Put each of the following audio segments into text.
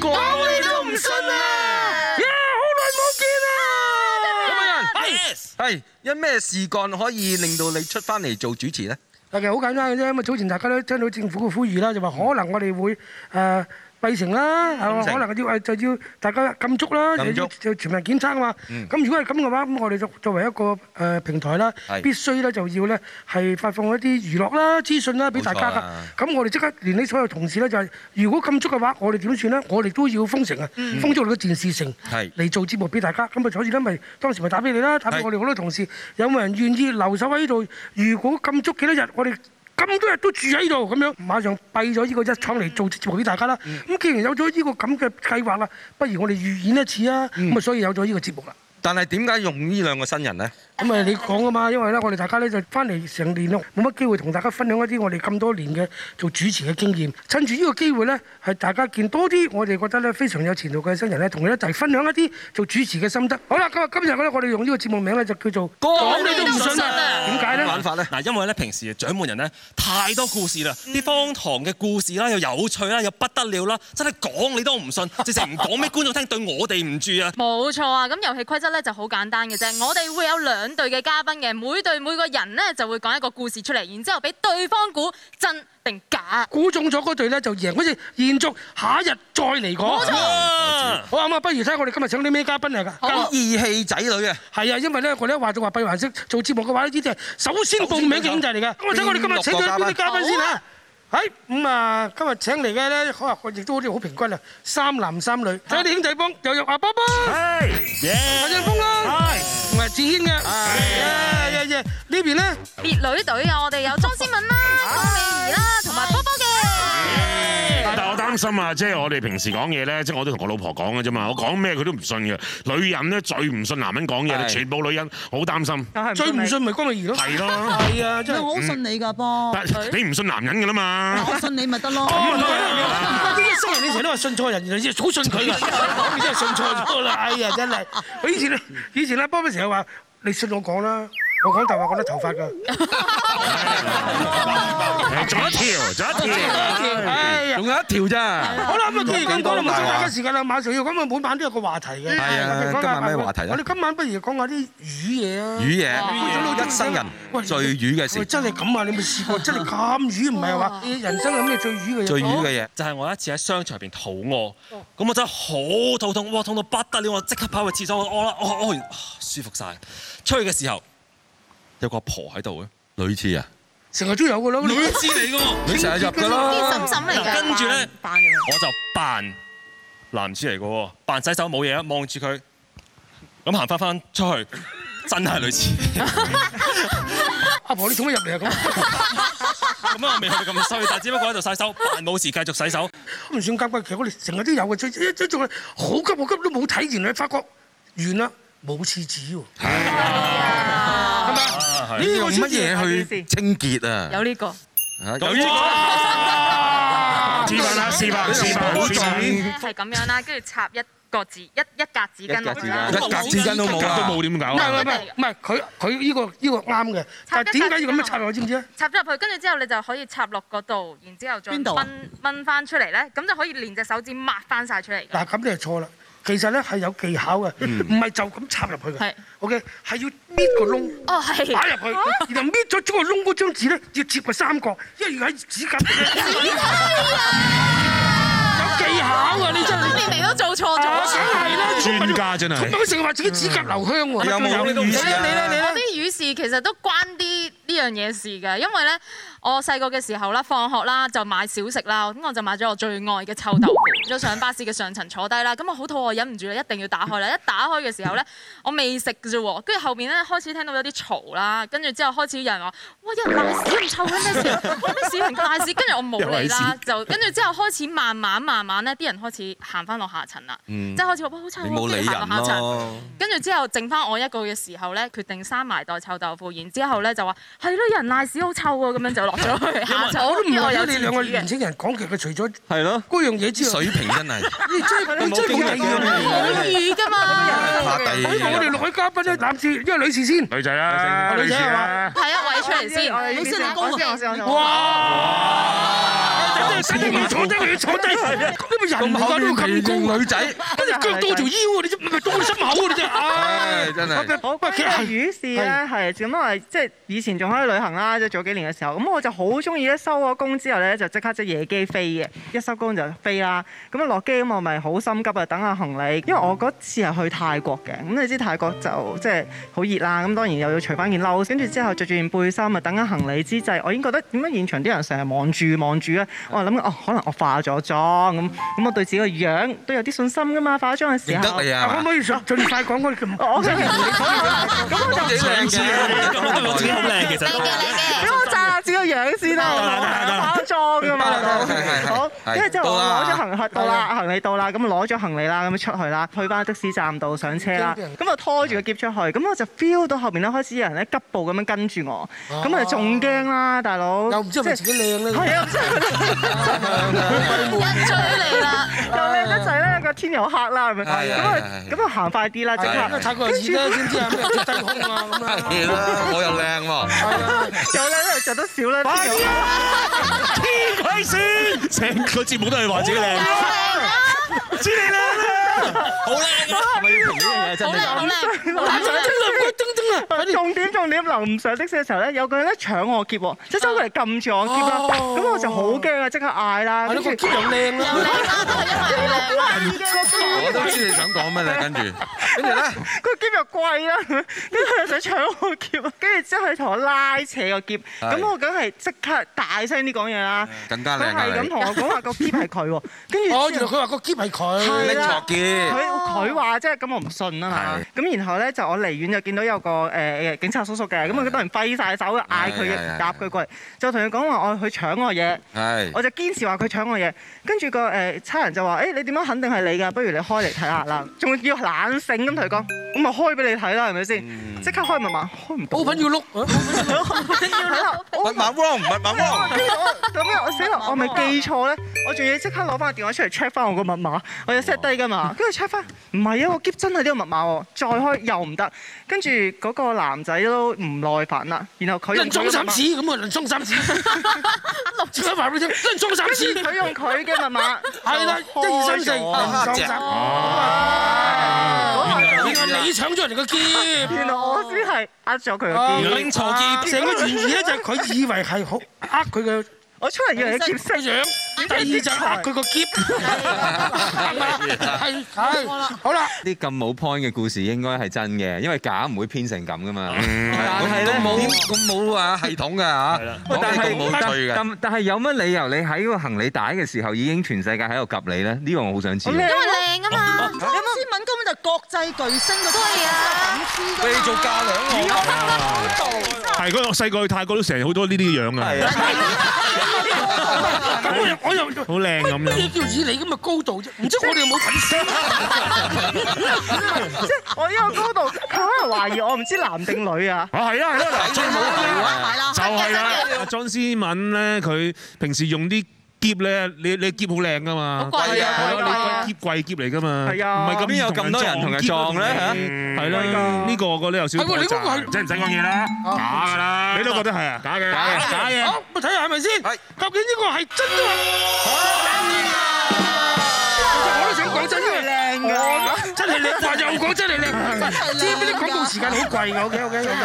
講你都唔信啊！耶！好耐冇見啦！有冇人？ Yes 係因咩事幹可以令到你出翻嚟做主持呢？但其實好簡單嘅啫，咁啊早前大家都聽到政府嘅呼籲啦，就話可能我哋會誒閉城啦，係嘛？嗯城可能要誒就要大家禁足啦，禁足嗯就要就全民檢測啊嘛。咁如果係咁嘅話，咁我哋作作為一個誒平台啦係，必須咧就要咧係發放一啲娛樂啦、資訊啦俾大家冇錯㗎啊。咁我哋即刻連你所有同事咧就係，如果禁足嘅話，我哋點算咧？我哋都要封城啊，嗯封咗我哋嘅電視城係嚟做節目俾大家。咁啊，所以咧咪當時咪打俾你啦，打俾係我哋好多同事，有冇人願意留守喺呢度？如果禁足幾多日，我哋咁多日都住喺呢度，咁樣馬上閉咗呢個一廠嚟做節目俾大家啦。嗯咁既然有咗呢個咁嘅計劃啦，不如我哋預演一次啊。嗯咁啊，所以有咗呢個節目啦。但係點解用呢兩個新人呢？咁啊，你講啊嘛，因為咧，我哋大家咧就翻嚟成年咯，冇乜機會同大家分享一啲我哋咁多年嘅做主持嘅經驗。趁住呢個機會咧，係大家見多啲我哋覺得咧非常有前途嘅新人咧，同佢一齊分享一啲做主持嘅心得。好啦，咁啊，今日咧我哋用呢個節目名咧就叫做講你都唔信啊！點解咧？玩法呢？嗯嗱，因為咧平時掌門人咧太多故事啦，啲荒唐嘅故事啦，又有趣啦，又不得了啦，真係講你都 唔信，直情唔講俾觀眾聽，對我哋唔住啊！冇錯啊！咁遊戲規則咧就好簡單嘅啫，我哋會有兩隊嘅嘉賓嘅，每隊每個人咧就會講一個故事出嚟，然之後俾對方估真定假。估中咗嗰隊咧就贏，好似延續下一日再嚟講。啊好啊咁啊，不如睇下我哋今日請啲咩嘉賓嚟㗎？好啊義氣仔女啊！係啊，因為咧，我哋一話就話閉環式做節目嘅話呢啲就係首先報名嘅兄弟嚟嘅。咁我睇我哋今日請咗邊啲嘉賓先好嚇。喺咁啊，今日請嚟嘅咧，可能我亦都好似好平均啊，三男三女。睇下啲兄弟幫，又有阿波波、阿振峰啦，同埋志軒嘅。係係係，呢邊咧，烈女隊啊，我哋有莊思敏啦、郭美儀啦，同埋波波嘅。但係我擔心啊，即係我哋平時講嘢咧，即係我都同我老婆講嘅啫嘛，我講咩佢都唔信嘅。女人咧最唔信男人講嘢，係全部女人好擔心。最唔信咪江美儀咯。係咯，係啊，真唔係係。我好信你㗎噃，但你唔信男人㗎啦嗯嘛。我信你咪啊得咯。哦呢一生人你成日都話信錯人，原來真係好信佢 㗎，你真係信錯咗啦！哎呀，真係，我以前咧，以前咧，波波成日話你信我講啦，我講大話，我甩頭髮㗎。仲有一條，仲有一條。哎呀仲，有一條咋？好啦，咁啊，既然咁講啦，冇講大嘥話大家時間啦，馬上要咁啊，每晚都有個話題嘅。係啊我哋講下今晚咩話題咧我哋今晚不如講下啲魚嘢啊。魚我嘢，早一都生人喂最魚嘅喂事，真係咁啊！你咪試過真係咁魚，唔係話你人生有咩最魚嘅嘢？哦最魚嘅嘢。就係我有一次喺商場入邊肚餓，哦咁我真係好肚痛，哇痛到不得了，我即刻跑去廁所我屙啦，我屙完啊舒服晒。出去嘅時候有個阿婆喺度嘅，女廁啊，成日都有㗎啦。女廁嚟嘅喎，你成日入㗎啲啦嬸。嬸嚟嘅，跟住咧扮嘅我就扮男主嚟嘅喎，扮洗手冇嘢啊，望住佢咁行翻翻出去，真係女廁。 阿婆，你做乜入嚟啊？咁？咁啊，未去到咁衰，但只不過喺度洗手，扮冇事繼續洗手。唔算尷尬，其實我哋成日都有嘅，最一一仲係好急好急都冇睇完，你發覺完啦冇廁紙喎，係咪啊？你呢用乜個先至嘢去清潔啊？有呢個。啊咁有呢示範啦，示範，示個範，示範。係咁樣啦，跟住插一個紙，一一格紙巾落去啦一。格紙巾都冇格都啊！冇點搞唔係唔係唔啊！係唔係，佢佢呢個呢個啱嘅，但係點解要咁樣插落去？知唔知啊？插咗入去，跟住之後你就可以插落嗰度，然之後再邊度啊掹掹翻出嚟咧，咁就可以連隻手指抹翻晒出嚟嘅。嗱，咁你就錯啦。其實咧係有技巧嘅，嗯唔係就咁插入去嘅係。 OK，係要搣個窿。哦，係。擺入去，然後搣咗咗個窿嗰張紙咧，要接個三角，因為要喺指甲。有技巧啊！你真係。明明都做錯我咗想。係啦，專家真佢係。佢成日話自己指甲留香喎，有冇呢啲你意咧思啊你咧你我咧，啲語事其實都關啲呢樣嘢事嘅，因為咧我細個嘅時候啦，放學啦就買小食啦，咁我就買咗我最愛嘅臭豆腐，咗上巴士嘅上層坐低啦，咁我好肚餓，忍唔住啦，一定要打開啦，一打開嘅時候咧，我未食啫喎，跟住後面咧開始聽到有啲嘈啦，跟住之後開始有人話：哇，有人瀨屎咁臭嘅咩事啊？哇咩屎人瀨屎？跟住我冇理啦，就跟住之後開始慢慢慢慢咧，啲人開始行翻落下層啦，嗯即係開始話：哇，好臭啊！你冇理跟住行人落下層。咯。跟住之後剩翻我一個嘅時候咧，決定閂埋袋臭豆腐，然之後咧就話係係咯，有人瀨屎好臭喎，咁樣就落咗去。下晝我都唔呢個明有咗你廁兩個紙嘅年青人講其實除咗係咯，嗰樣嘢之外，水平 真係你真 係你真係冇冇經驗嘢。好 易㗎嘛。怕第我以為我哋六位嘉賓咧，男士，因為女士先。女仔啦，女女士仔係嘛啦，派一位出嚟先，老師你高嘅，等陣要坐低，要坐低。咁咪人嚟㗎都咁高啊！女仔，跟住腳到條腰喎，你真唔係到你心口喎，你真係。唉唉真係我喂嗰其其實係實魚市咧係咁啊，即係以前仲可以旅行啦，即係早幾年嘅時候，咁我就好中意咧收咗工之後咧就即刻即係夜機飛嘅，一收工就飛啦。咁啊落機咁我咪好心急啊，等下行李，嗯因為我嗰次係去泰國嘅，咁你知泰國就即係好熱啦，咁當然又要除翻件褸，跟住之後着住件背心啊，等緊行李之際，我已經覺得點解現場啲人成日望住望住咧，我諗哦可能我化咗妝咁，咁我對自己個樣都有啲信心噶嘛，化咗妝嘅時認候得。你我可啊唔嘛？可以上盡快講 嗰啲咁？我我想都幾靚嘅，咁我覺得自己好靚，其靚嘅實。靚俾我讚下自己個樣先啦，化妝㗎嘛，好，跟住之後我攞咗行李到啊啦，行李到啦，咁攞咗行李啦，咁出去啦，去翻的士站度上車啦，咁啊拖住個篋出去，咁我就 feel 到後邊咧開始有人咧急步咁樣跟住我，咁啊仲驚啦，大佬，哦又唔知係咪自己靚咧？係啊，真 一追嚟啦，又靚得滯咧，個天又黑啦，咁啊咁啊行快啲啦，即因為刻。泰國人而家先知啊咩 低胸啊咁啊。係啦，我又靚喎，有咧，因為着得少咧，天黐又黑鬼線，成個節目都係話自己靚，知你靚啦，好靚啊！係咪要同呢樣嘢真好靚係？好靚，好唔靚。燈燈啊！重點重點，臨唔上的士嘅時候咧，有個人咧搶我劫喎，即係走過嚟撳住我劫啦，哦咁我就好驚啊，即刻嗌係啦，跟咯，住個肌又靚又啦。靚啦，都係因為你靚啦。我都知你想講咩啦，跟住，跟住咧， 個劫又貴啦，跟住佢就搶我劫，啊跟住之後佢同我拉扯個劫，係咁我梗係即刻大聲啲講嘢啦，更加佢靚係啊咁你，同我講話個劫係佢喎，跟住嗯之後哦，原來佢話個肌係佢。係拎啦錯嘅。佢哦佢話啫，咁我唔信啊嘛。咁然後咧就我離遠就見到有個誒、呃、警察叔叔嘅，咁佢當然揮晒手嗌佢係係係嘅，夾佢過嚟，就同佢講話我佢搶我嘢，係我就堅持話佢搶我嘢。跟住個誒差人就話：誒、你點樣肯定係你㗎？不如你開嚟睇下啦。 仲要懶醒咁同佢講，我咪開俾你睇啦，係咪先？即、刻開密碼，開唔到。 open 要碌，係啦密 open 碼 wrong，密碼 wrong。跟住我咁樣，我死啦！我咪記錯咧，我仲要即刻攞翻個電話出嚟 check 翻我個密碼，我有 set 低㗎嘛。跟住 check 翻，唔係啊，我 keep 真係呢個密碼喎，再開又唔得。跟住嗰個男仔都唔耐煩啦，然後佢用人佢中嘅三密次碼咁啊，人中三次。 即刻話俾你聽，人中三次。佢用佢嘅密碼，係啦，一二三四，人中三。原來你搶咗人哋個肌。原來我先係呃咗佢啊嘅機，拎錯啊機成個原意咧就係佢以為係好呃佢嘅我出嚟以為佢劫色個，樣，第二 就呃佢個劫，係咪？係係，好啦， 啲咁冇 point 嘅故事應該係真嘅，因為假唔會編成咁噶嘛。但係咧冇咁冇啊系統㗎嚇，講但你咁冇趣係嘅。但但係有乜理由你喺個行李帶嘅時候已經全世界喺度及你咧？呢個我好想知我。叻因為靚啊嘛，你知敏根本就國際巨星嗰係啊，喂，你做嫁娘我。係嗰個細個去泰國都成日好多呢啲樣啊，咁我又我又好靚乜咁樣。嘢叫以你咁嘅高度啫？唔知我哋有冇粉絲？即係我呢個高度，佢可能懷疑我唔知男定女啊。啊，係啦係啦，嗱，最冇啦就係啦。阿莊思敏咧，佢平時用啲夾咧，你你夾好靚噶嘛，好貴啊係貴咯，啊你夾貴夾嚟噶嘛，係啊唔係咁邊有咁多人同人撞咧嚇係啦，呢個個都有少少係喎你嗰個係即係唔使講嘢啦，假㗎啦，你都覺得係啊，假嘅，假嘅，假嘅。好，我睇下係咪先？究竟呢個係真定我都想講真嘅，靚㗎。真係靚，話又講真係靚，知唔知啲廣告時間好貴嘅？OK OK OK。靚喎，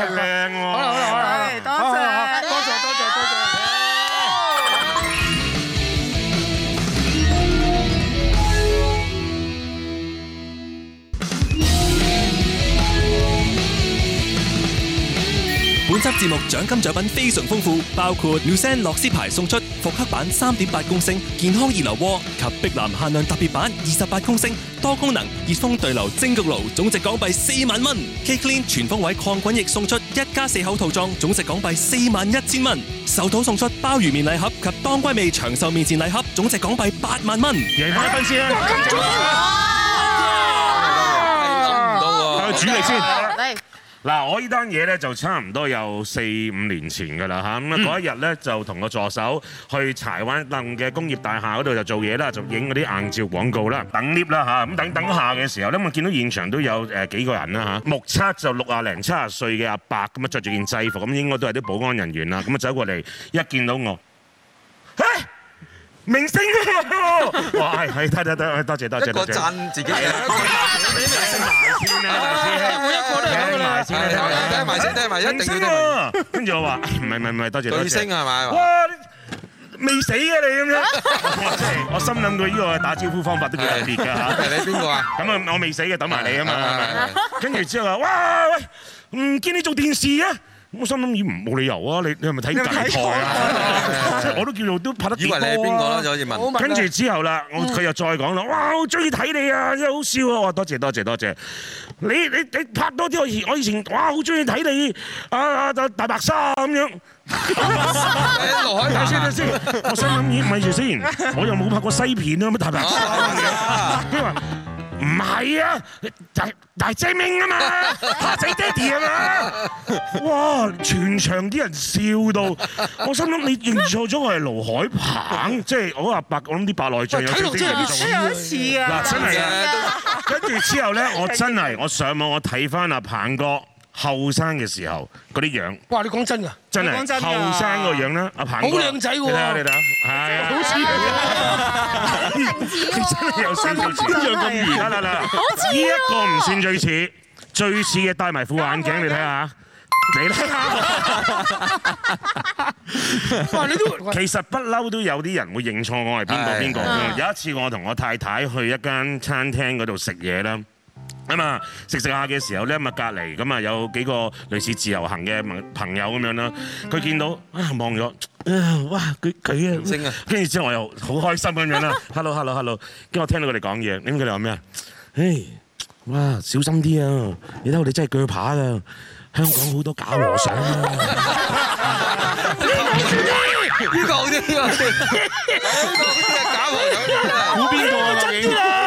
好啦好啦好啦，係多好好好謝。多謝多謝多謝。本輯節目獎金獎品非常豐富，包括 New Sen 樂斯牌送出復刻版三點八公升健康熱流鍋及碧藍限量特別版二十八公升多功能熱風對流蒸焗爐，總值港幣四萬蚊。K Clean 全方位抗菌液送出一家四口套裝，總值港幣四萬一千蚊。手套送出鮑魚麵禮盒及當歸味長壽麵前禮盒，總值港幣八萬蚊。贏翻一分先啦，係諗唔到喎。啊啊主力先。嚟。嗱，我呢單嘢咧就差唔多有四五年前㗎啦嚇，咁啊嗰一日咧就同個助手去柴灣冧嘅工業大廈嗰度就做嘢啦，就影嗰啲硬照廣告啦，等 lift 啦嚇，咁等等下嘅時候咧，咁啊見到現場都有誒幾個人啦嚇，目測就六啊零七啊歲嘅阿伯咁啊着住件制服，咁應該都係啲保安人員啦，咁啊走過嚟一見到我，嘿明星 喎，哇係係得得得，多謝多謝多謝。自己係聽埋先啦，每一個都係咁㗎啦聽埋先啦，聽埋先聽埋先一定要聽明星喎跟住我話： 哎唔係唔係唔係，多謝多謝巨星係咪哇！你未死啊你咁樣，我真係我心諗佢呢個打招呼方法都幾特別㗎嚇。你邊個啊？咁啊，我未死嘅，等埋你啊嘛係咪係係，跟住之後話：哇喂，唔見你做電視啊！我心諗咦唔冇理由啊！你你係咪睇大台啊？ 即係我都叫做都拍得以幾為多你係邊個啦？啊就好似問。跟住之後啦，我佢又再講啦，哇！好中意睇你啊，真係好笑啊！我話多謝多謝多謝，你你你拍多啲我以我以前哇好中意睇你啊啊大大白鯊咁 樣。誒羅海鵬睇下先睇下先， 我想諗咦咪住先，我又冇拍過西片啊，乜大白鯊咁樣。佢話唔係啊，大大姐明啊嘛，蝦仔爹哋啊嘛。哇！全場啲人笑到，我心諗你認錯咗我係盧海鵬，即係我阿伯，我諗啲白內障有少少嚴重。有一次啊，嗱，真係啊！跟住之後咧，我真係我上網我睇翻阿鵬哥後生嘅時候嗰啲樣，哇！你講真㗎，真你講係真㗎後生個樣啦，阿鵬哥好靚仔喎你睇下你睇下，係啊，好似真係有少少似，邊樣咁嗱嗱嗱，呢一個唔算最似，最似嘅戴埋副眼鏡，你睇下。你睇下，哇！你都 其實不嬲都有啲人會認錯我係邊個係邊個嘅。有一次我同我太太去一間餐廳嗰度食嘢啦。咁啊，食食下嘅時候咧，咁啊隔離咁啊有幾個類似自由行嘅朋朋友咁樣啦，佢見到啊望咗，啊哇佢佢啊，星啊跟住之後我又好開心咁樣啦，hello hello hello，跟住我聽到佢哋講嘢，咁佢哋話咩啊？誒，哇小心啲啊！你睇我哋真係鋸扒㗎，香港好多假和尚啊！呢個好啲，呢個好啲，呢個好啲係假估和邊個啊？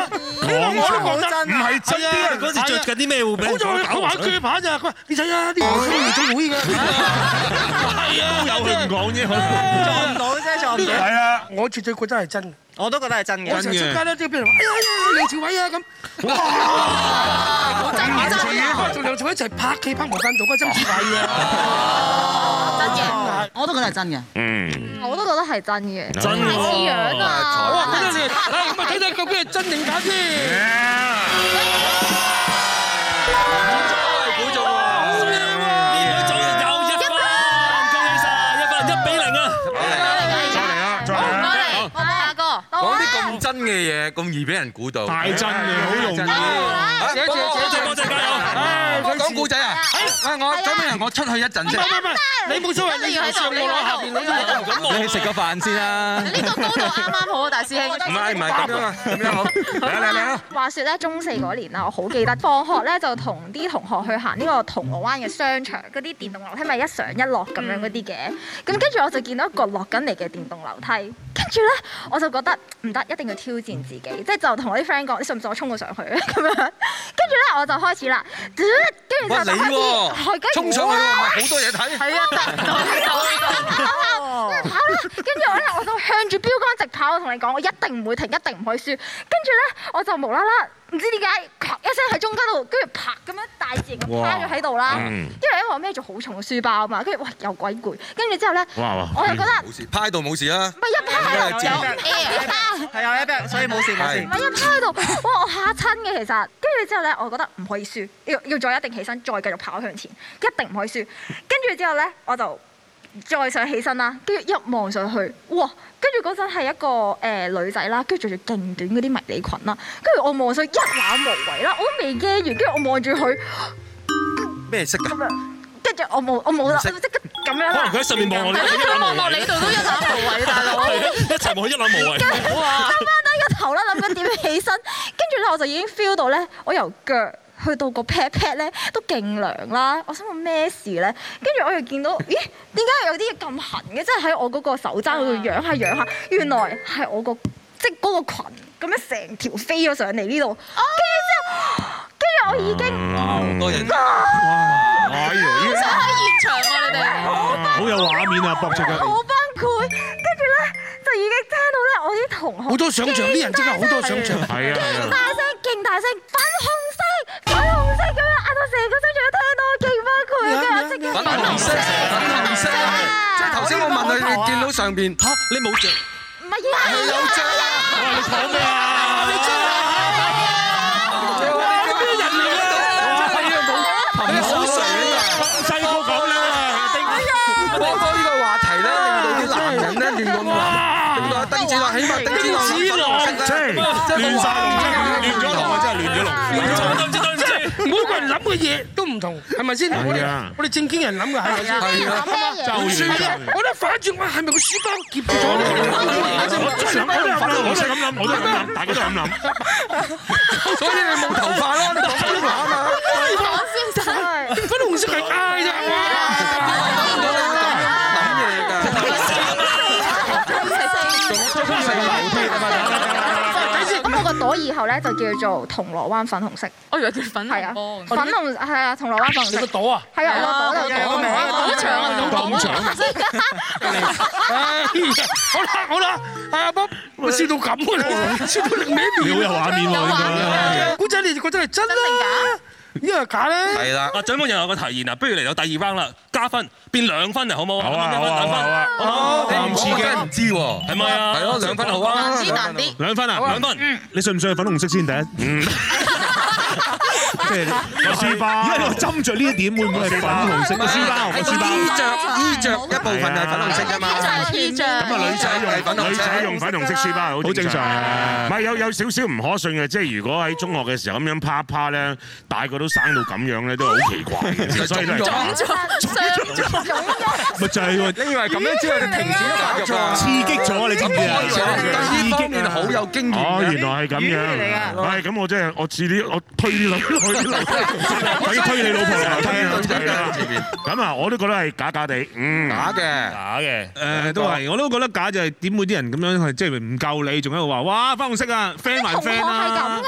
究竟講我錯，都講唔真啊，係真啲啊！嗰時着緊啲咩會俾好人在講佢搞玩黃鋸扒咋，佢話你睇下啲黃都唔做會嘅，都有佢唔講啫，可能撞唔到啫，撞唔到。係啊！我絕對覺得係真。我都覺得係真我成嘅。日出街咧，都俾人話：哎呀，哎呀梁朝偉啊咁。真真嘅，哇！同梁朝偉一齊拍戲拍《無間道》嗰個曾志偉啊，真嘅，我都覺得係真嘅。嗯，我都覺得係真嘅，真太似樣哇！啊！咁你啊咁啊睇睇究竟係真定假先。尚，估中喎。佢做又一分，恭喜晒一分一比零啊！再嚟啦，再唔嚟該啦！你，我問下哥，講啲咁真嘅嘢，咁易俾人估到。太真嘅，好容易。啊謝謝幫我謝謝幫我多謝加油幫我講故仔啊！喂，我準備人，我出去一陣唔係唔先。係唔係，你冇所謂，你頭先我攞下邊嗰啲。你去食個飯先啦。呢個高度啱啱好啊，大師兄。唔係唔係咁樣啊，咁樣好。嚟嚟嚟啊！話説咧，中四嗰年啦，我好記得放學咧就同啲同學去行呢個銅鑼灣嘅商場，嗰啲電動樓梯咪一上一落咁樣嗰啲嘅。咁跟住我就見到一個落緊嚟嘅電動樓梯，跟住咧我就覺得唔得，一定要挑戰自己，即係就同我啲 friend 講：你信唔信我衝過上去啊咁樣？跟住咧我就開始啦，嘟跟住哇就你就開喎始係，衝跟住上我去喎，啦咪好多嘢睇。係啊，得到呢個。跑啦，跟住我咧，我就向住標杆直跑。我同你講，我一定唔會停，一定唔可以輸。跟住咧，我就無啦啦，唔知點解，咔一聲喺中間度，跟住啪咁樣大自然咁趴咗喺度啦。哇跟嗯住因為我孭住好重嘅書包啊嘛，跟住哇又鬼攰。跟住之後咧，哇哇我又覺得冇事，趴喺度冇事啊。咪一趴喺度有有 air air 啊係有 a b 所以冇事冇事唔。係一趴喺度，哇！我嚇親嘅其實，跟住之後咧，我覺得唔可以輸，要要再一定起身，再繼續跑向前，一定唔可以輸。跟住之後咧，我就再上起身啦，跟住一望上去，哇！跟住嗰陣係一個誒、呃女仔啦，跟住着住勁短嗰啲迷你裙啦，跟住我望上去一覽無遺啦，我都未驚完，跟住我望住佢，咩色㗎？跟住我冇我冇唔啦，我識即刻咁樣可能啦佢。喺上面望我哋，係咯，佢望落你度都一覽無遺，大佬。係啊一齊望佢一覽無遺。跟住翻低個頭啦，諗緊點樣起身，跟住咧我就已經 feel 到咧，我由腳去到個 pat pat 咧都勁涼啦。我心諗咩事咧？跟住我又見到，咦？點解有啲嘢咁痕嘅？即係喺我嗰個手踭嗰度揚下揚下，原來係我個即係嗰個裙咁樣成條飛咗啊上嚟呢度。跟住之後，跟住我已經好多嘢。哇！哎呦，真係喺現場喎，你哋。好有畫面啊，博出嘅。好崩潰，跟住咧就已經聽到咧我啲同學好多想像啲人即刻好多想像呢係啊係啊勁。大聲，勁大聲，粉紅色，粉紅色咁樣嗌到成個商場都聽到，勁崩潰嘅，即刻粉紅色，粉紅色，即係頭先我問佢，你見到上邊嚇你冇着，唔係啊，有張啊？哇你講咩啊？啲人嚟嘅，真係呢個講口口水啊！細個講啦，波波呢個話題咧，令到啲男人咧亂咁話，令到丁子朗起碼丁子朗粉紅色咧，亂晒龍真係亂咗龍啊，真係亂咗龍。對唔住對唔住。每個人諗嘅嘢都唔同，係咪先？我哋我哋正經人諗嘅係咪先？係啊。真係好算啦，我都反轉，哇，係咪個書包夾住咗呢？我都係咁諗，我都係咁諗，我都係咁諗，大家都係咁諗。所以你冇頭髮咯，你講緊話啊嘛。先生，粉紅色係嗌咋，咁我個朵以後咧就叫做銅鑼灣粉紅色，我以為佢粉係紅啊，波。粉紅係啊，銅鑼灣粉紅你個色，朵啊！係係啊啊，我個朵就有個名啊我個朵啊就有個咁長啊！哎呀好啦好啦，阿波，我笑到咁啊你，笑到另一你好面。有畫面喎，呢古仔你哋覺得係真啦，因為假咧。係啦，啊，獎門人有個提議啊，不如嚟到第二 round 啦，加分變兩分啊，好唔好好啊一好啊分兩好分啊好啊，你唔知嘅唔知喎，係咪啊？係咯，兩分好啊，難啲難啲。個兩分啊，兩分，你信唔信係粉紅色先第一？嗯， 即係有書包因為我斟酌呢一點，會唔會係粉紅色嘅書包？係個書包。衣着衣着一部分係粉紅色㗎嘛，衣着咁啊，女仔係粉用紅色女仔用粉紅色書包係好好正正常常。啊唔係有有少少唔可信嘅，即係如果喺中學嘅時候咁樣啪啪咧，大個都生到咁樣咧，都係好奇怪 嘅。所以都係腫上上咪就係喎，你以為咁樣之後你停止發育啊？刺激咗你知唔知啊我以？為你對呢方面好有經驗哦，嘅原。來係咁魚嚟樣。係咁，我真係我似啲我 推啲女推啲女，我要推你老婆落樓梯啊！係啦咁啊，我都覺得係假假地，嗯，假嘅，假嘅，誒都係，我都覺得假就係點會啲人咁樣係即係唔夠你，仲喺度話哇粉紅色啊，friend 埋同學係 friend 咁啦噶。啦，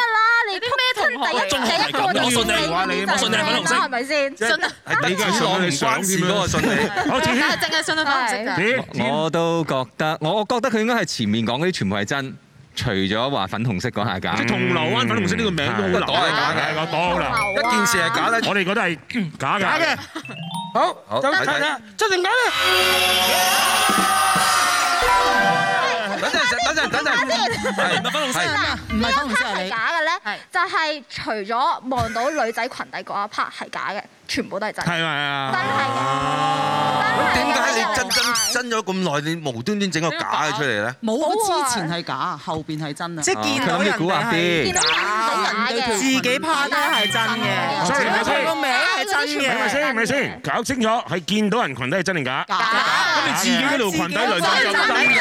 你啲咩同學第一中學第係一咁個就我信你呢啲就我信你係粉紅色係咪先？信啊，係丁子朗唔關事嗰個信你。好似但係淨係信到粉紅色㗎。咦我都覺得，我我覺得佢應該係前面講嗰啲全部係真，除咗話粉紅色嗰下假。嗯嗯即係銅鑼灣粉紅色呢個名都好個袋流係假係嘅，個多啦，一件事係假咧。我哋覺得係嗯假假嘅嘅。好，好就睇睇睇啦，真定假咧？等陣，等陣，等陣，係咪粉紅色係唔係粉紅色係假嘅係咧，就係除咗望到女仔裙底嗰一 part 係假嘅，全部都係真，係咪真啊？係嘅。點解真係嘅你真真真咗咁耐，你無端端整個假嘅出嚟咧？冇冇啊之前係假，後邊係真啊！即係見到人哋係見到人哋自假嘅？己拍低係真嘅，所以係咪佢個先？名係咪係真嘅。先？係咪先？搞清楚係見到人群都係真定假？假你自己嗰條裙底兩隻就真㗎，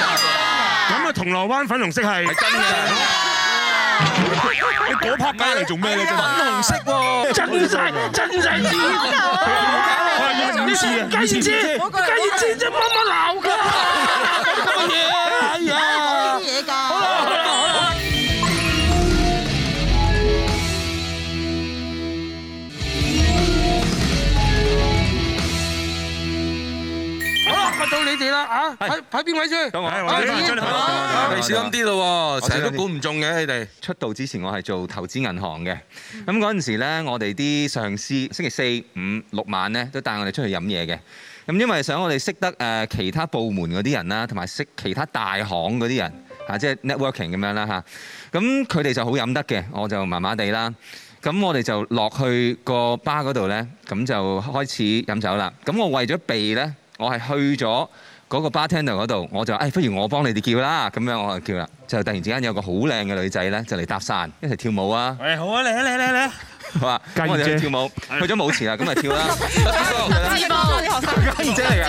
咁啊，銅鑼灣粉紅色係係真嘅，你嗰拍街嚟做咩咧？真係粉紅色啊喎，真晒，真晒知，我係冇事啊，梗係知，梗係知啫，媽媽鬧㗎，咁嘅嘢，哎呀！啲嘢㗎。好啦，問到你哋啦啊，睇睇邊位先？等我係我哋係真係啊你小心啲咯喎，成日都估唔中嘅你哋。嗯出道之前我係做投資銀行嘅，咁嗰陣時呢，我哋啲上司星期四、五、六晚呢都帶我哋出去飲嘢嘅。咁因為想我哋識得誒其他部門嗰啲人啦，同埋識其他大行嗰啲人啊嚇，即係 networking 咁樣啦嚇。咁佢哋就好飲得嘅，我就麻麻地啦。咁我哋就落去個巴嗰度呢，咁就開始飲酒啦。咁我為咗避呢，我係去咗嗰個 bartender 嗰度，我就誒、哎不如我幫你哋叫啦，咁樣我就叫啦。就突然之間有個好靚嘅女仔呢，就嚟搭訕，一齊跳舞啊！喂，好啊，嚟啊嚟嚟嚟，佢話家咁我哋姐去跳舞，去咗舞池啦，咁咪跳啦。知冇？家姐嚟㗎，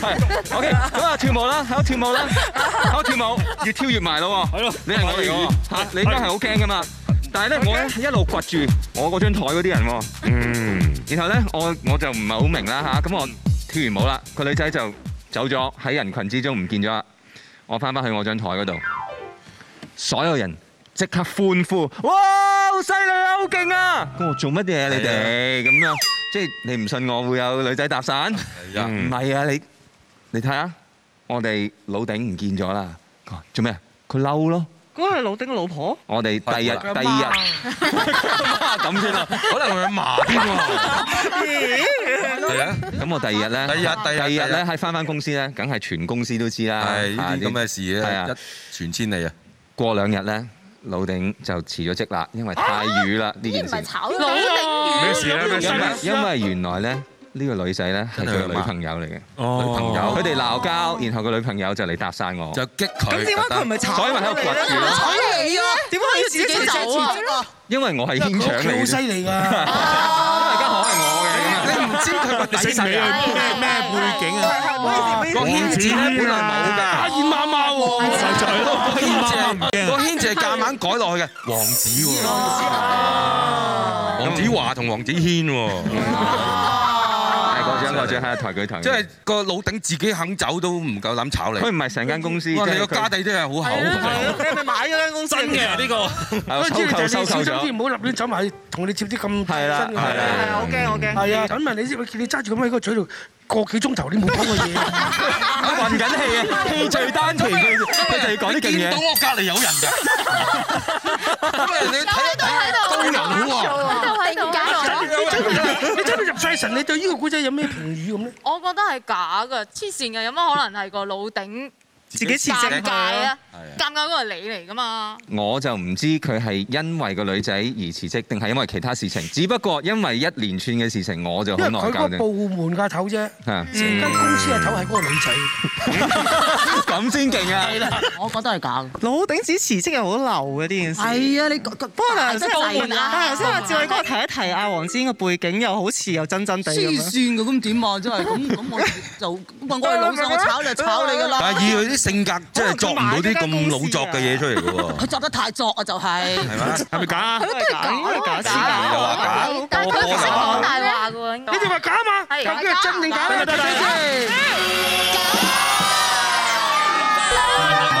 係 OK，咁啊跳舞啦，喺度跳舞啦，喺度哦跳舞，越跳越埋咯喎。係咯你係我嚟嘅喎，嚇你應該係好驚㗎嘛。但係咧，我咧一路掘住我嗰張台嗰啲人喎。嗯。然後咧，我我就唔係好明啦吓，咁、我跳完舞啦，個女仔就走咗喺人群之中唔見咗啦。我翻返去我張台嗰度，所有人即刻歡呼，哇！好犀利啊，好勁啊！咁我做乜嘢啊你哋咁樣？即係你唔信我會有女仔搭訕？啊唔係啊，你你睇下，我哋老頂唔見咗啦。佢話做咩啊？佢嬲咯。嗰個係老丁嘅老婆。我哋第日第二日咁先啦，可能會有麻添喎。係啊，咁我第二日咧，第二日第二日第二日第二日咧，喺翻翻公司咧，梗係全公司都知啦。係呢啲咁嘅事咧係啊，一傳千里啊！過兩日咧，老頂就辭咗職啦，因為太瘀啦呢件唔係事。炒老頂頂魚。咩事啊咧？咩事因為呢因為原來咧呢個女仔咧係佢嘅女朋友嚟嘅，哦女朋友佢哋鬧交，然後個女朋友就嚟搭訕我，就激佢。咁點解佢唔係炒所以咪喺度掘住咯。睬你啊！點解你自己自己出嚟走啊辭職啊？因為我係牽腸佢好嚟犀嘅，利㗎。 你唔知佢個底你識細你啊？係咩咩背景啊？個牽字咧本來冇阿㗎，燕媽媽喎，咪 就係咯，個燕牽字媽媽唔係驚個啊。牽字係夾硬改落去嘅，黃子喎。黃子華同黃子軒喎，係嗰張 嗰張喺度抬舉頭，即係個老頂自己肯走都唔夠膽炒你。佢唔係成間公司，哇！即你係個佢家底真係啊好厚。你係咪買咗間公司？真嘅呢個。 아,係知你就係收你小心購收購啲，咗。唔好立亂走埋去同你接啲咁係啦真嘅係係啦啊，我驚我驚。係啊，想問你先，我見你揸住咁喺個嘴度個幾鐘頭，你冇講過嘢。我運緊氣啊，氣聚丹田，佢佢就係講啲勁見到嘢。我隔離有人㗎，咁人哋睇一睇都喺有度喺喎。度喺度 아,假你真係入晒神，你對呢個古仔有咩評語咁咧？我覺得係假㗎，黐線㗎，有乜可能係個老頂自己辭尷職尬啊係啊？尷尬嗰個係你嚟㗎嘛？我就唔知佢係因為個女仔而辭職，定係因為其他事情。只不過因為一連串嘅事情，我就因好為內佢疚個啫。部門嘅頭啫，嚇成間公司嘅頭係嗰個女仔。咁先勁啊！我覺得係假嘅。老頂子辭職又好流嘅呢件事。係啊，你不不過嗱，頭先我係啊，頭先阿志偉哥提一提阿黃之英嘅背景，又好似又真真地咁黐樣。線嘅，咁點啊？真係咁咁，我就咁我係老細，我炒你就炒你㗎啦。但係以佢啲性格，真係作唔到啲咁老作嘅嘢出嚟嘅喎。佢作得太作啊，就係哦係咪啊？係咪假啊？都係假，都係假，又話假，啊但係佢我唔識我講大啊話㗎喎，應該你哋話假嘛？係究竟係真定假咧？大家先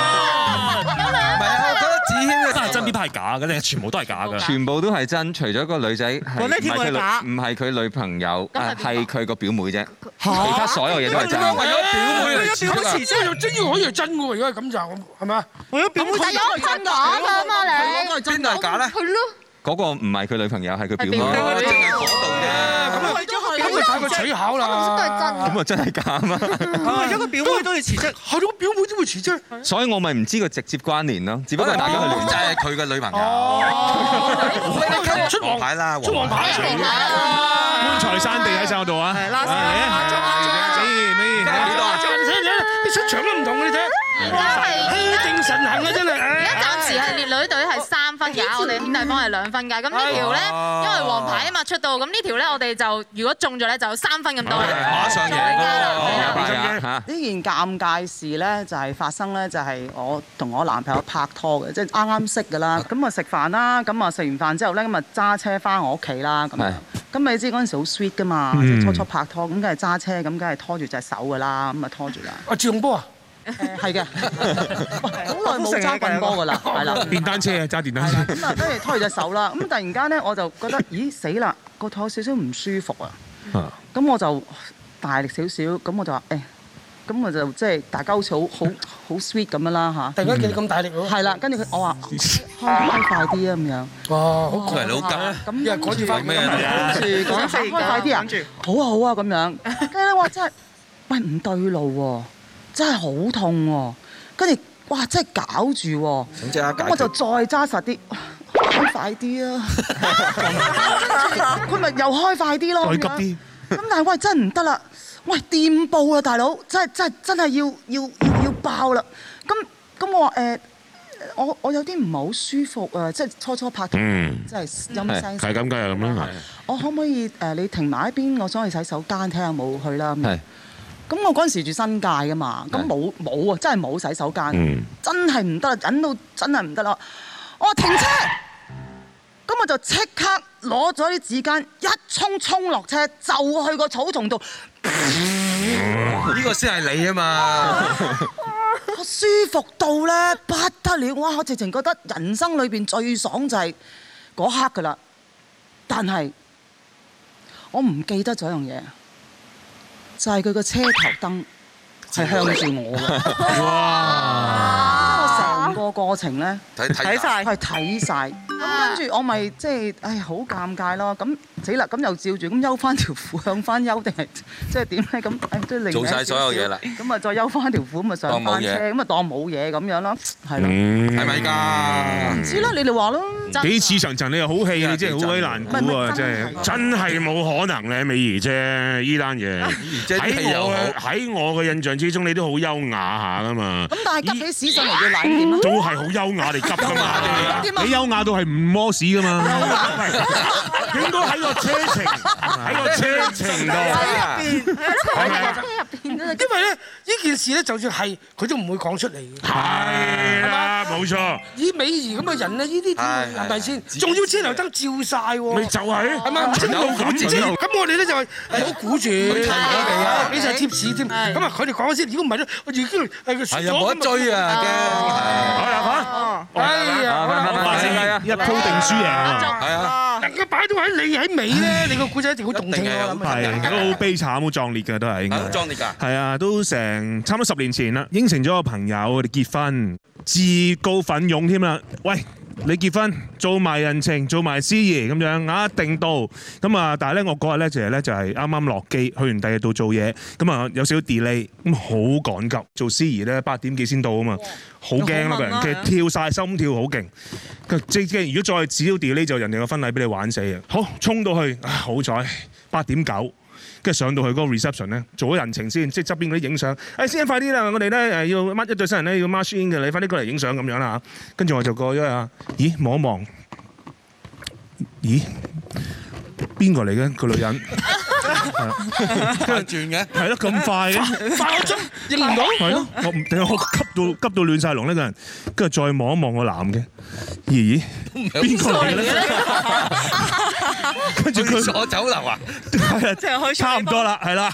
唔係啊，我覺得子軒嘅真係真 B 派係假嘅，定係全部都係假嘅？全部都係真，除咗個女仔係嗰唔啲係條佢女假女唔係佢女朋友，咁啊係邊係個佢個表妹啫。其他所有嘢都係點真。解為咗表妹為嚟咗辭表職啊？妹辭即係職，又真要可以係真喎，如果係咁就係咪啊？為咗表妹辭但係職，有真假㗎嘛你？邊度係假咧？佢咯，嗰個唔係佢女朋友，係佢表妹。係哦表淨妹係嗰度啫。咁為咗咁咪睇佢取巧我都係真啦。嘅。咁啊，真係假 啊嘛！為咗個表妹都要辭職。係咯，表妹都會辭職。所以我咪唔知佢直接關聯咯，只不可過能大家去聯就繫。係佢嘅女朋友。哦，你今日出王王牌啊啊啦，出王牌一定啦！啦，棺材山地喺晒我度啊！啊係嚟啦啊！中啊中啊中啊美美牌嚟幾多啊？你睇睇，你出場都唔同你睇，而家係。氣定神閒啊真係。而唉家暫時係列女隊係三分㗎，我哋兄弟幫係兩分㗎。咁呢條哎咧，哦因為黃牌啊嘛出到，咁呢條咧我哋就如果中咗咧就有三分咁多啦。馬上贏再加啦係喎啦！係啊呢件尷尬事咧，就係發生咧，就係我同我男朋友拍拖嘅，即係啱啱識㗎啦。咁啊食飯啦，咁啊食完飯之後咧，咁啊揸車翻我屋企啦。咁係樣咁你知嗰陣時好 sweet 㗎嘛，即係初初拍拖，咁梗係揸車，咁梗係拖住隻手㗎啦，咁啊拖住啦。啊，自動波啊！誒係嘅，好耐冇揸棍波㗎啦，係啦。嚇！電單車啊，揸電單係啦，車。咁啊，跟住拖住隻手啦。咁突然間咧，我就覺得，咦死啦，個肚有少少唔舒服啊。咁我就大力少少，咁我就話誒，咁、我就即係大家好似好好好 sweet 咁樣啦嚇。突然間見你咁大力喎。係啦，跟住佢我 話開開快啲啊咁樣。哦哇，好佢係老吉。咁因為趕住翻咩啊跟住講開快啲啊，好啊好啊咁樣。跟住咧，哇真係，喂唔對路喎，真係好痛喎。跟住哇真係搞住喎。咁即刻解我就決。再揸實啲，開快啲啊！佢咪又開快啲咯，再急啲。咁但係喂，真係唔得啦！喂，掂步啦，大佬，真係真係真係要要要要爆啦！咁咁我話誒、呃我我有啲唔係好舒服啊，即係初初拍拖，嗯真係陰聲。係咁梗係咁啦，係。我可唔可以誒、呃你停埋一邊，我想去洗手間睇下有冇去啦。咁樣係咁我嗰陣時住新界噶嘛，咁係冇冇啊，真係冇洗手間，嗯真係唔得啦，忍到真係唔得啦，我話停車，咁我就即刻攞咗啲紙巾，一衝衝落車就去個草叢度，呢個先係你啊嘛，我舒服到咧不得了，哇！我直情覺得人生裏邊最爽就係嗰刻噶啦，但係我唔記得咗一樣嘢，就係佢個車頭燈 係向住我嘅。哇！成個過程咧，睇睇睇晒係睇晒。咁跟住我咪即係，唉，好尷尬咯。咁死啦，咁又照住咁休翻條褲向翻休定係 即係點咧？咁唉都另做晒所有嘢啦咁啊，再休翻條褲，咁啊上當冇翻嘢車，咁啊當冇嘢咁樣咯，係咯。嗯係咪㗎？唔知啦，你哋話咯。幾似層層你又好戲，啊你真係好鬼難估啊！真係真係冇可能咧，美儀姐依單啊嘢姐啲戲喺又我好嘅喺我嘅印象之中，你都好優雅下噶嘛，咁但係急起屎上嚟要奶點啊？都係好優雅嚟 急噶嘛，點啊你優雅到係唔摸屎噶嘛？應該喺個車程喺個車程啊度。係喺車入邊真係因為咧呢件事咧，就算係佢都唔會講出嚟嘅。係啦，冇錯，以美儀咁嘅人咧，呢啲點係會係咪先？係仲要車頭燈照晒咪喎。就係係咪唔知道有咁知？有咁我哋咧就係唔好估住，睇哋啊俾晒貼士添。咁啊，佢哋講咗先，如果唔係咧，我已經係佢係輸又冇咗得追！啊，好啦，咁啊哎驚！呀，啊，發係啊展一鋪定輸贏啊！係啊。能夠擺到喺你喺尾咧，你個故仔一定好動一聽定係啊！好係都好悲慘、好壯烈嘅都係應該啊。裝你㗎，係啊，都成差唔多十年前啦，應承咗個朋友，我哋結婚，自告奮勇添啦。喂，你結婚做埋人情，做埋司儀咁樣，啊一定到。咁啊，但係咧，我嗰日咧就係咧就係啱啱落機，去完第二度做嘢，咁啊有少少 delay，咁好趕急。做司儀咧八點幾先到啊嘛，好驚啦個人，好悶啊其實跳晒心跳好勁。即係如果再少 delay 就人哋個婚禮俾你玩死啊！好，衝到去，啊好彩八點九。跟住上到去嗰個 reception 咧，做咗人情先，即係側邊嗰啲影相。誒先生快啲啦，我哋咧誒要 mark 一對新人咧要 march in 嘅，你快啲過嚟影相咁樣啦嚇。跟住我就過咗去啊，咦望一望，咦邊個嚟嘅個女 人？佢轉嘅，係咯咁 快嘅，快我追，認唔到。係咯，我唔定我急到急到亂晒龍呢個人。跟住再望一望個男嘅，咦邊個 嚟嘅咧？ 跟住佢佢。鎖酒樓啊，係啊，即係開差唔多啦，係啦。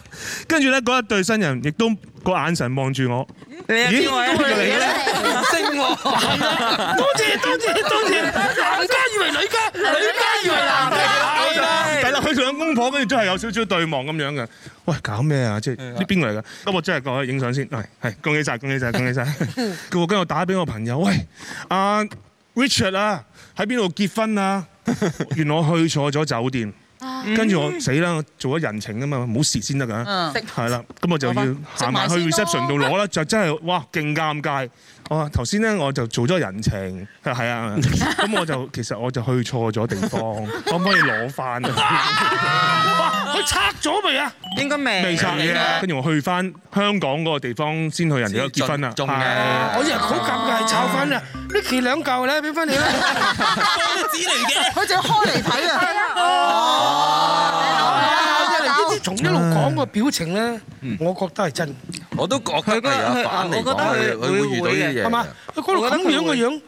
跟住咧，嗰一對新人亦都個眼神望住我，你又知我邊個嚟嘅咧？咧？星喎，多謝多謝多謝，男家以為女家，女家以為男家。係啦，佢兩公婆跟住真係有少少對望咁樣嘅。喂，搞咩啊？即係呢邊個嚟㗎？咁我真係過去影相先。係係，恭喜晒，恭喜晒，恭喜 晒。佢我跟住我打俾我朋友，喂，阿 Richard 啊，喺邊度結婚啊？原來我去錯咗酒店，跟住我死啦！我做咗人情啊嘛，唔好蝕先得㗎。嗯係啦，咁我就要行埋去食埋先咯 reception 度攞啦，就真係哇勁尷尬。我話頭先咧我就做咗人情， 佢話係啊，咁我就其 實我就去錯咗地方， 可唔可以攞翻啊？佢拆咗未啊？應該未。未拆嘢，啊跟住我去翻香港嗰個地方先去人哋嗰度結婚啊，仲係嘅，我以哎為好尷尬，係炒翻啊！呢期兩嚿咧，俾翻你啦。 佢仲要開嚟睇啊！啊因為呢啲從一路講嗯個表情咧，我覺得係真，我都覺得係啊，反嚟講佢佢會遇到哎呢啲嘢，係嘛？佢嗰度咁樣嘅樣，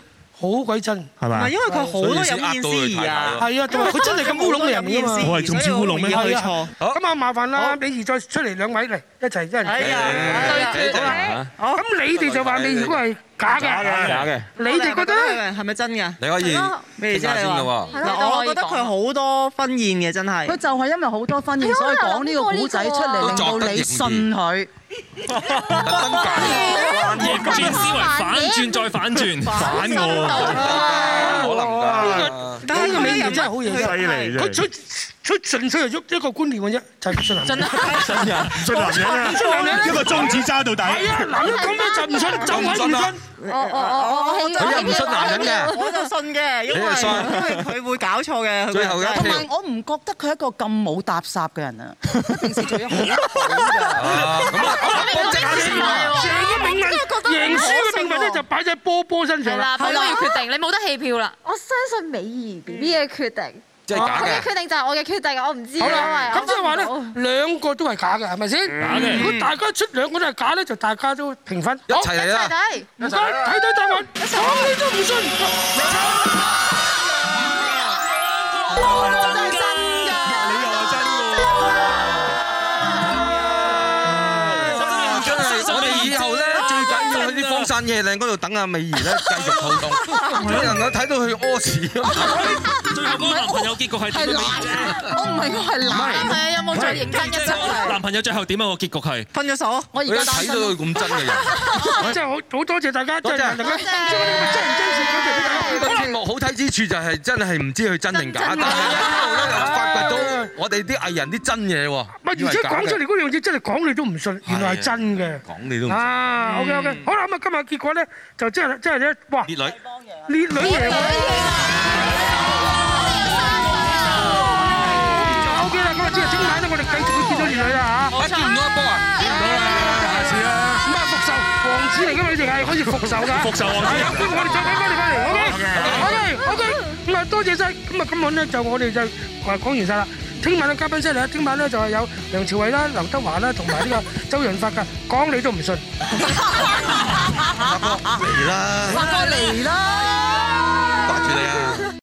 好鬼真。係唔係咪因？為佢好多有意思所以先呃到佢太儀太啊咯。係啊，同埋佢真係咁烏龍嘅人㗎嘛。我係中招烏龍咩所以我容易去係錯啊。咁啊，麻煩啦，美儀再出嚟兩位嚟一齊一人。哎呀，哎呀係啊咁你哋就話美儀嗰個係假哎嘅，假嘅。你哋覺得咧？係咪真㗎？你可以咩傾啫下先嘅你喎話？嗱，我覺得佢好多婚宴嘅真係佢。就係因為好多婚係宴，啊所以講呢個古仔出都嚟，令作到得你信佢。特登揀逆轉思維，反轉再反轉，反我可能㗎，但係呢個美儀真係好嘢犀利佢啫！佢佢純粹係喐一個觀念嘅啫，就係信男人。唔信男人啊，一個中指揸到係底。啊，男人咁樣就唔信，就係啊唔信。我我我我啊佢又唔出男人嘅，我就信嘅，因為因你係信為佢會搞錯嘅。佢個人最後一真係條同埋我唔覺得佢係一個咁冇搭霎嘅人啊！佢 平時做嘢好好啊咁啊，幫即刻試啊，成個命運，贏輸嘅命運咧就擺咗喺波波身係上啦。啦，波波要決定，你冇得棄票啦。我相信美儀 B B 嘅決定，即係假佢嘅嘅，決定就係我嘅決定，我唔知啊好因啦，為咁即係話咧我分唔，兩個都係假嘅，係咪先？假嘅。如果大家出兩個都係假咧，就大家都平分。一好，齊嚟啊到啦一齊！睇。唔該，睇睇答案，講你都唔信。真你又係真喎。係，我哋以後咧最緊要去啲坊讚夜靚嗰度等阿美儀咧繼 續互動，你能夠睇到佢屙屎。 最後嗰個男朋友結局係點啊？我唔係我係係懶，啊，有冇再認真一即陣？係男朋友最後點啊？個結局係分咗手。 어,我而你一家單睇到身佢咁真嘅人，真係好好多謝大家，真係大家真係真係感謝俾大家。呢個節目好睇之處就係真係唔知佢真定假，但係一路咧又發掘到我哋啲藝人啲真嘢喎。唔係，而且講出嚟嗰樣嘢真係講你都唔信，原來係真嘅。講你都唔信啊，OK OK，好啦，咁啊，今日結果咧就真係真係咧，哇，烈女。烈女贏喎！OK 啦，咁啊，即係整晚咧，我哋繼續뭐會見到烈女啦嚇。啊，見唔到阿波啊！下次啦。咁啊，復仇王子嚟㗎嘛，你哋係可以復仇㗎。復仇王子係有機會我哋再揾翻你翻嚟，OK？OK OK。咁啊，多謝晒。咁啊，今晚咧就我哋就話講完晒啦。聽晚嘅嘉賓犀利啦，聽晚咧就係有梁朝偉啦、劉德華啦，同埋呢個周潤發㗎，講你都唔信。嚟啦， 아,發過嚟啦！掛住你啊！